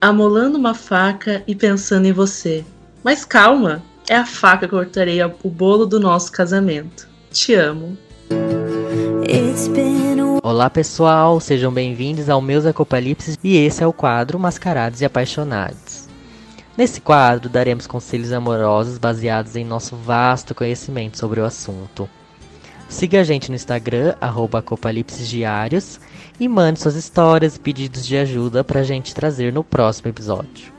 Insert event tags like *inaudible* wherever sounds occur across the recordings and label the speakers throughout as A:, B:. A: amolando uma faca e pensando em você. Mas calma, é a faca que cortarei o bolo do nosso casamento. Te amo.
B: Olá pessoal, sejam bem-vindos ao Meus Acopalipses e esse é o quadro Mascarados e Apaixonados. Nesse quadro daremos conselhos amorosos baseados em nosso vasto conhecimento sobre o assunto. Siga a gente no Instagram, arroba Acopalipses Diários, e mande suas histórias e pedidos de ajuda pra gente trazer no próximo episódio.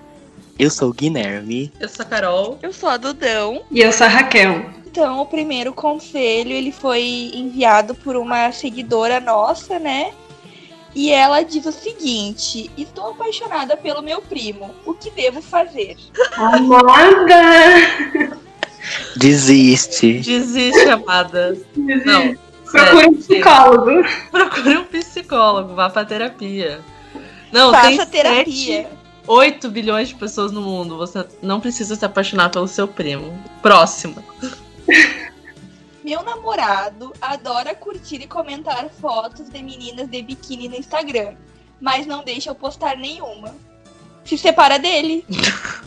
C: Eu sou o Guilherme.
D: Eu sou a Carol.
E: Eu sou a Dudão.
F: E eu sou a Raquel.
E: Então, o primeiro conselho, ele foi enviado por uma seguidora nossa, né? E ela diz o seguinte: Estou apaixonada pelo meu primo. O que devo fazer?
F: Amada!
C: Desiste.
D: Desiste, amada. Desiste. Não.
F: Procure um psicólogo.
D: Procure um psicólogo, vá pra terapia.
E: Não, Faça tem terapia. Sete...
D: 8 bilhões de pessoas no mundo. Você não precisa se apaixonar pelo seu primo. Próxima.
E: Meu namorado adora curtir e comentar fotos de meninas de biquíni no Instagram, mas não deixa eu postar nenhuma. Se separa dele.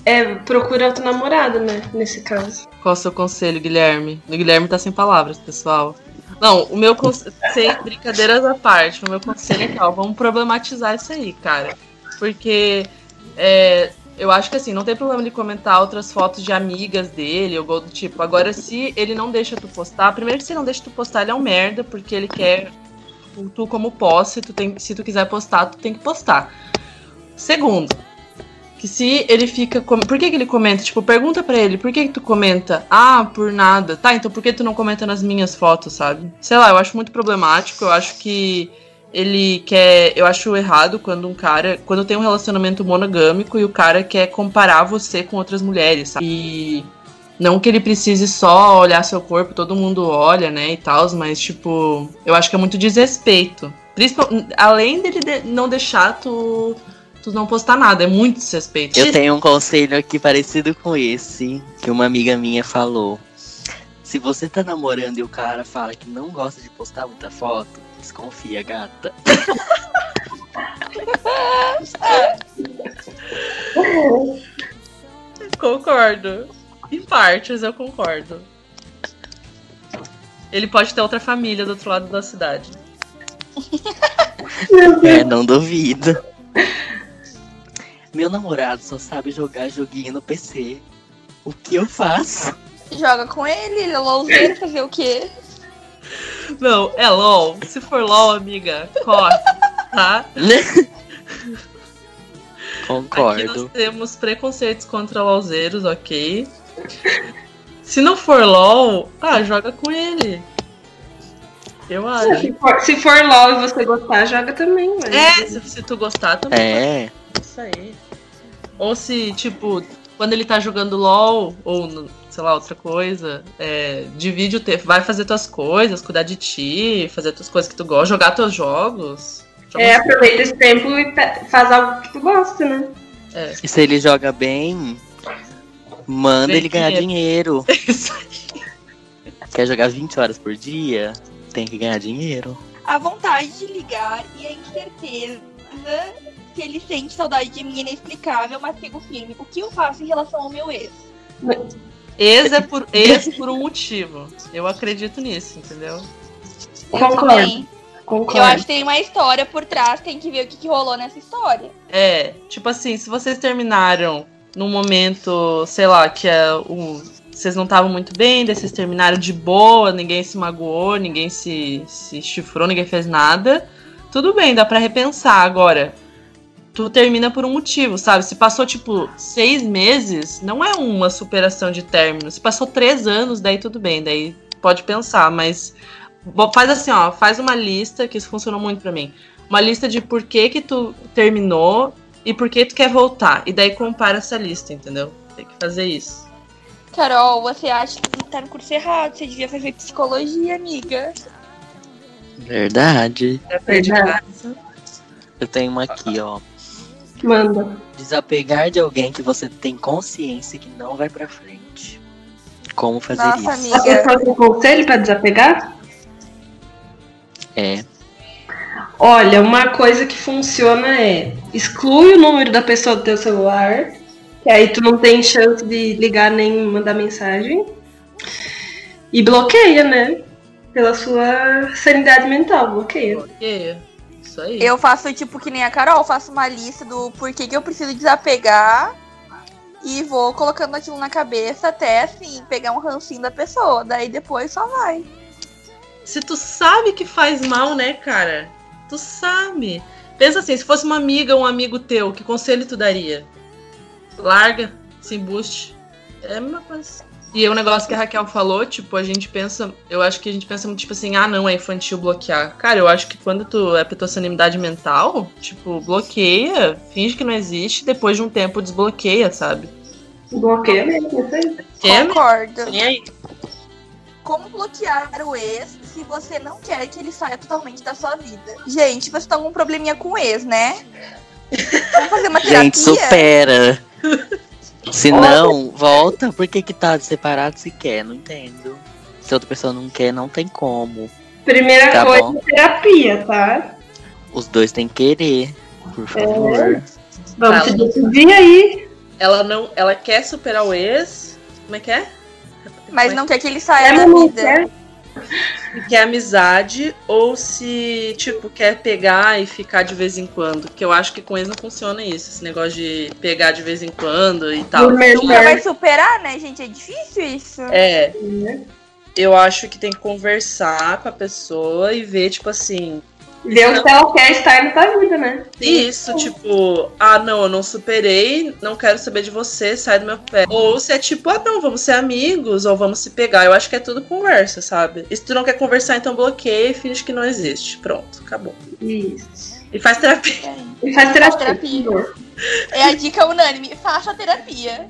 F: É, procura outro namorado, né? Nesse caso.
D: Qual é o seu conselho, Guilherme? O Guilherme tá sem palavras, pessoal. Não, o meu conselho. Sem brincadeiras à parte, o meu conselho é tal. Vamos problematizar isso aí, cara. Porque é, eu acho que assim, não tem problema ele comentar outras fotos de amigas dele ou algo do tipo. Agora, se ele não deixa tu postar, primeiro que se ele não deixa tu postar, ele é um merda, porque ele quer tu como posse, tu tem, se tu quiser postar, tu tem que postar. Segundo, que se ele fica. Por que, que ele comenta? Tipo, pergunta para ele, por que, que tu comenta? Ah, por nada. Tá, então por que tu não comenta nas minhas fotos, sabe? Sei lá, eu acho muito problemático, eu acho que ele quer. Eu acho errado quando um cara. Quando tem um relacionamento monogâmico e o cara quer comparar você com outras mulheres, sabe? E. Não que ele precise só olhar seu corpo, todo mundo olha, né, e tal, mas, tipo, eu acho que é muito desrespeito. Principalmente, além dele de não deixar tu, tu não postar nada, é muito desrespeito.
C: Eu tenho um conselho aqui parecido com esse, que uma amiga minha falou. Se você tá namorando e o cara fala que não gosta de postar muita foto, Desconfia, gata.
F: É,
D: concordo. Em partes eu concordo. Ele pode ter outra família do outro lado da cidade.
C: é, não duvido. Meu namorado só sabe jogar joguinho no PC. O que eu faço?
E: Joga com ele, ele é louzeiro, fazer o quê?
D: Não, é LOL. Se for LOL, amiga, corre, tá?
C: Concordo.
D: Aqui nós temos preconceitos contra LOLzeiros, ok? Se não for LOL, ah, joga com ele. Eu acho.
F: Se for, se for LOL e você gostar, joga também, né? mas...
D: É, se, se, tu gostar também.
C: É.
D: Isso aí. Ou se, tipo, quando ele tá jogando LOL, ou no, sei lá, outra coisa, é, divide o tempo, vai fazer tuas coisas, cuidar de ti, fazer tuas coisas que tu gosta, jogar teus jogos.
F: É,
D: *laughs*
F: aproveita esse tempo e faz algo que tu gosta, né?
C: É. E se ele joga bem, manda bem ele ganhar dinheiro. dinheiro. Quer jogar 20 horas por dia? Tem que ganhar dinheiro.
E: A vontade de ligar e a incerteza que ele sente saudade de mim é inexplicável, mas fico firme. O que eu faço em relação ao meu ex?
D: Ex é por, ex por um motivo. Eu acredito nisso, entendeu?
E: Eu Concordo. Concordo. Eu acho que tem uma história por trás, tem que ver o que, que rolou nessa história.
D: É, tipo assim, se vocês terminaram num momento, sei lá, que é um, vocês não estavam muito bem, daí vocês terminaram de boa, ninguém se magoou, ninguém se, se chifrou, ninguém fez nada. Tudo bem, dá para repensar agora tu termina por um motivo, sabe? Se passou, tipo, seis meses, não é uma superação de término. Se passou três anos, daí tudo bem, daí pode pensar, mas faz assim, ó, faz uma lista, que isso funcionou muito para mim. Uma lista de por que que tu terminou e por que tu quer voltar. E daí compara essa lista, entendeu? Tem que fazer isso.
E: Carol, você acha que tá no curso errado, você devia fazer psicologia, amiga.
C: Verdade.
D: É Verdade.
C: Eu tenho uma aqui, ó.
F: Manda.
C: Desapegar de alguém que você tem consciência que não vai pra frente. Como fazer
E: Nossa,
C: isso?
E: Amiga.
F: um Você tem conselho pra desapegar?
C: É.
F: Olha, uma coisa que funciona é exclui o número da pessoa do teu celular, que aí tu não tem chance de ligar nem mandar mensagem. E bloqueia, né? Pela sua sanidade mental, bloqueia.
D: Bloqueia. Isso aí.
E: Eu faço tipo que nem a Carol, faço uma lista do porquê que eu preciso desapegar e vou colocando aquilo na cabeça até assim pegar um rancinho da pessoa. Daí depois só vai.
D: Se tu sabe que faz mal, né, cara? Tu sabe. Pensa assim, se fosse uma amiga ou um amigo teu, que conselho tu daria? Larga, se embuste. É a mesma coisa. E é um negócio que a Raquel falou, tipo, a gente pensa, eu acho que a gente pensa muito, tipo assim, ah, não, é infantil bloquear. Cara, eu acho que quando tu é petossanimidade mental, tipo, bloqueia, finge que não existe, depois de um tempo desbloqueia, sabe?
F: Bloqueia mesmo, isso aí.
D: É,
E: Concordo.
D: E aí?
E: Como bloquear o ex se você não quer que ele saia totalmente da sua vida? Gente, você tá com um probleminha com o ex, né? Vamos fazer uma terapia?
C: Gente,
E: *laughs*
C: supera. Se não, volta. Por que que tá separado se quer? Não entendo. Se outra pessoa não quer, não tem como.
F: Primeira
C: Tá
F: coisa,
C: bom.
F: terapia, tá?
C: Os dois têm que querer, por favor.
F: Vamos
D: Tá.
F: se decidir aí.
D: Ela não, ela quer superar o ex. Como é que é?
E: Mas não quer que ele
F: É,
E: saia da
F: mas não
E: vida.
F: quer.
D: se quer amizade ou se, tipo, quer pegar e ficar de vez em quando. Que eu acho que com eles não funciona isso, esse negócio de pegar de vez em quando e tal.
F: Do mesmo
E: Nunca vai superar, né, gente? É difícil isso.
D: É.
F: né?
D: Eu acho que tem que conversar com a pessoa e ver, tipo assim.
F: Ver o que ela quer estar na tua vida, né?
D: E isso, tipo, ah, não, eu não superei, não quero saber de você, sai do meu pé. Ou se é tipo, ah, não, vamos ser amigos, ou vamos se pegar. Eu acho que é tudo conversa, sabe? E se tu não quer conversar, então bloqueia e finge que não existe. Pronto, acabou.
F: Isso.
D: E faz terapia.
F: E faz
E: Faz
F: terapia.
E: terapia. É a dica unânime. Faça terapia.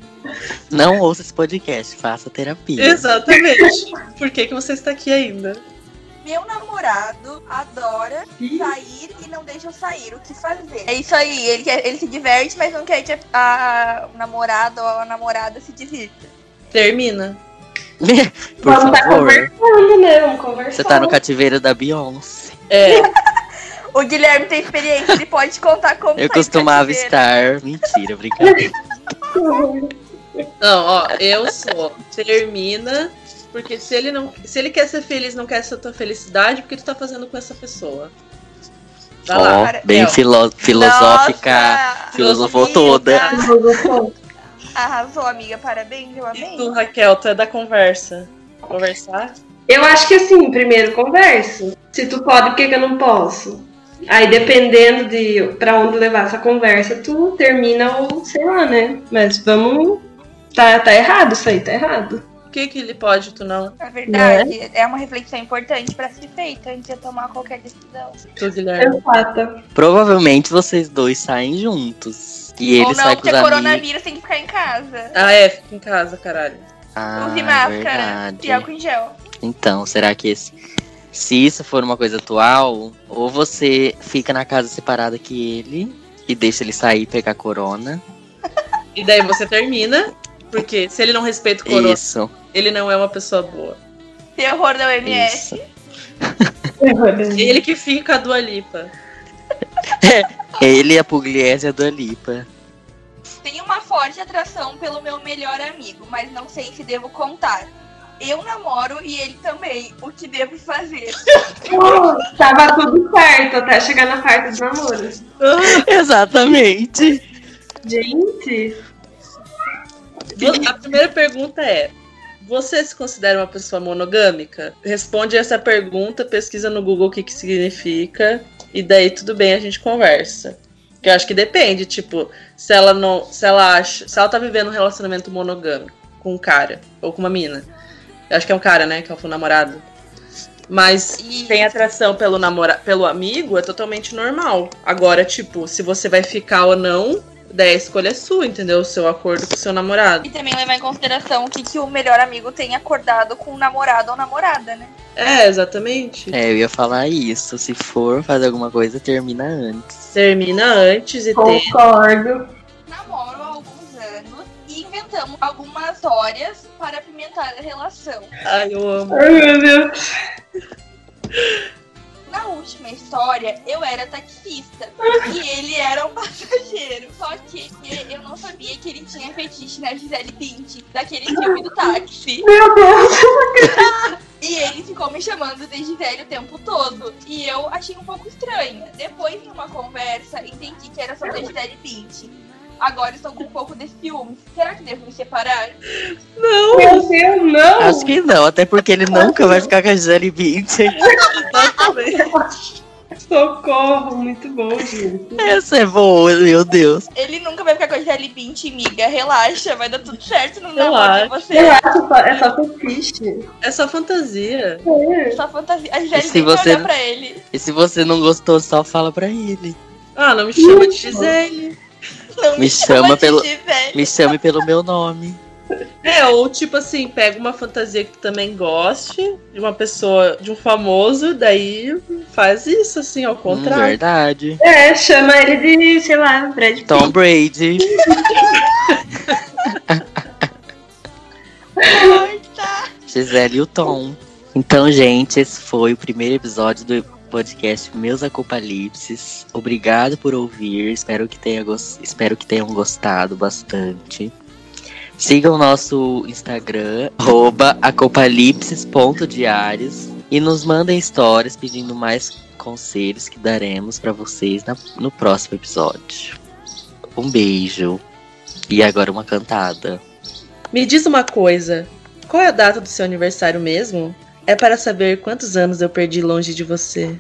C: Não ouça esse podcast, faça terapia.
D: Exatamente. Por que, que você está aqui ainda?
E: Meu namorado adora sair e não deixa eu sair. O que fazer? É isso aí. Ele, quer- ele se diverte, mas não quer que a, a- o namorado ou a namorada se divirta.
D: Termina.
C: Por
F: Vamos tá
C: favor.
F: conversando, né? Vamos conversar.
C: Você tá no cativeiro da Beyoncé.
D: É,
E: O Guilherme tem experiência, ele pode contar como
C: Eu
E: sair de
C: costumava
E: cativeiro.
C: estar. Mentira, brincadeira.
D: não, ó, eu sou. Termina. Porque se ele não. Se ele quer ser feliz, não quer ser a tua felicidade, por que tu tá fazendo com essa pessoa? Vai lá.
C: Ó, bem
D: Raquel.
C: filo- filosófica.
E: Nossa,
C: filosofou
E: amiga.
C: toda.
E: Arrasou, amiga. Parabéns, eu
D: E
E: amei.
D: tu, Raquel, tu é da conversa. Conversar?
F: Eu acho que assim, primeiro converso. Se tu pode, por que, que eu não posso? Aí, dependendo de pra onde levar essa conversa, tu termina ou sei lá, né? Mas vamos. Tá, tá errado isso aí, tá errado.
D: O que que ele pode, tu não?
E: Na verdade, é uma reflexão importante pra ser feita antes de eu tomar qualquer decisão.
D: Tu,
F: É.
D: Guilherme.
F: Exata.
C: Provavelmente vocês dois saem juntos. E ele
E: Ou não, é
C: sai com
E: porque
C: os amigos.
E: coronavírus tem que ficar em casa.
D: Ah, é, fica em casa, caralho.
C: Ah,
E: Use máscara
C: verdade.
E: e álcool em gel.
C: Então, será que esse. Se isso for uma coisa atual, ou você fica na casa separada que ele e deixa ele sair e pegar corona.
D: E daí você termina. Porque se ele não respeita o corona,
C: Isso.
D: ele não é uma pessoa boa.
E: Terror da OMS.
C: Isso.
D: Ele que fica a Dua Lipa.
C: Ele, a Pugliese e a Dua Lipa.
E: *laughs* Tenho uma forte atração pelo meu melhor amigo, mas não sei se devo contar. Eu namoro e ele também. O que devo fazer?
F: Pô, Tava tudo certo até chegar na parte do namoro.
C: Exatamente.
F: Gente,
D: A primeira pergunta é: você se considera uma pessoa monogâmica? Responde essa pergunta, pesquisa no Google o que, que significa, e daí tudo bem, a gente conversa. Porque eu acho que depende, tipo, se ela não. Se ela acha. Se ela tá vivendo um relacionamento monogâmico com um cara ou com uma mina. Eu acho que é um cara, né? Que é o namorado. Mas
E: E
D: tem atração pelo namora pelo amigo é totalmente normal. Agora, tipo, se você vai ficar ou não, daí a escolha é sua, entendeu? O seu acordo com o seu namorado.
E: E também levar em consideração o que, que o melhor amigo tem acordado com o namorado ou namorada, né?
D: É, exatamente.
C: É, eu ia falar isso. Se for fazer alguma coisa, termina antes.
D: Termina antes e tem.
F: concordo.
E: Namoro há alguns anos e inventamos algumas horas para apimentar a relação.
D: Ai, eu amo.
F: Ai, meu Deus.
E: na última história, eu era taxista e ele era um *laughs* passageiro. Só que eu não sabia que ele tinha fetiche na Gisele Bündchen, daquele filme do táxi.
F: Meu Deus!
E: E ele ficou me chamando de Gisele o tempo todo. E eu achei um pouco estranho. Depois, numa conversa, entendi que era só da Gisele Bündchen. Agora estou com um pouco de ciúme. Será que devo me separar?
F: Meu Deus, não!
C: Acho que não, até porque ele nunca vai ficar com a Gisele Bündchen.
F: Socorro, muito bom, gente.
C: Essa é boa, meu Deus.
E: Ele nunca vai ficar com a Gisele Bündchen, miga. Relaxa, vai dar tudo certo no
D: Relaxa.
E: namoro de
F: Eu
E: você.
F: acho só- é só fetiche.
D: É só fantasia.
F: É.
E: Só fantasia. A Gisele
C: Se
E: tem
C: você-
E: que olhar pra ele.
C: E se você não gostou, só fala pra ele.
D: Ah, não me chama de Gisele.
E: Não
C: Me chama
E: de
C: pelo-
E: Gisele.
C: Me chame pelo meu nome.
D: É, ou tipo assim, pega uma fantasia que tu também goste, de uma pessoa, de um famoso, daí faz isso, assim, ao
C: Hum,
D: contrário.
C: verdade.
F: É, chama ele de, sei lá, Brad Pitt.
C: Tom *laughs* Brady. Gisele e o Tom. Então, gente, esse foi o primeiro episódio do podcast Meus Acopalipses. Obrigado por ouvir. Espero que, tenha gos- Espero que tenham gostado bastante. Sigam o nosso Instagram, arroba acopalipses.diários. E nos mandem histórias pedindo mais conselhos que daremos para vocês na- no próximo episódio. Um beijo. E agora uma cantada.
D: Me diz uma coisa, qual é a data do seu aniversário mesmo? É para saber quantos anos eu perdi longe de você.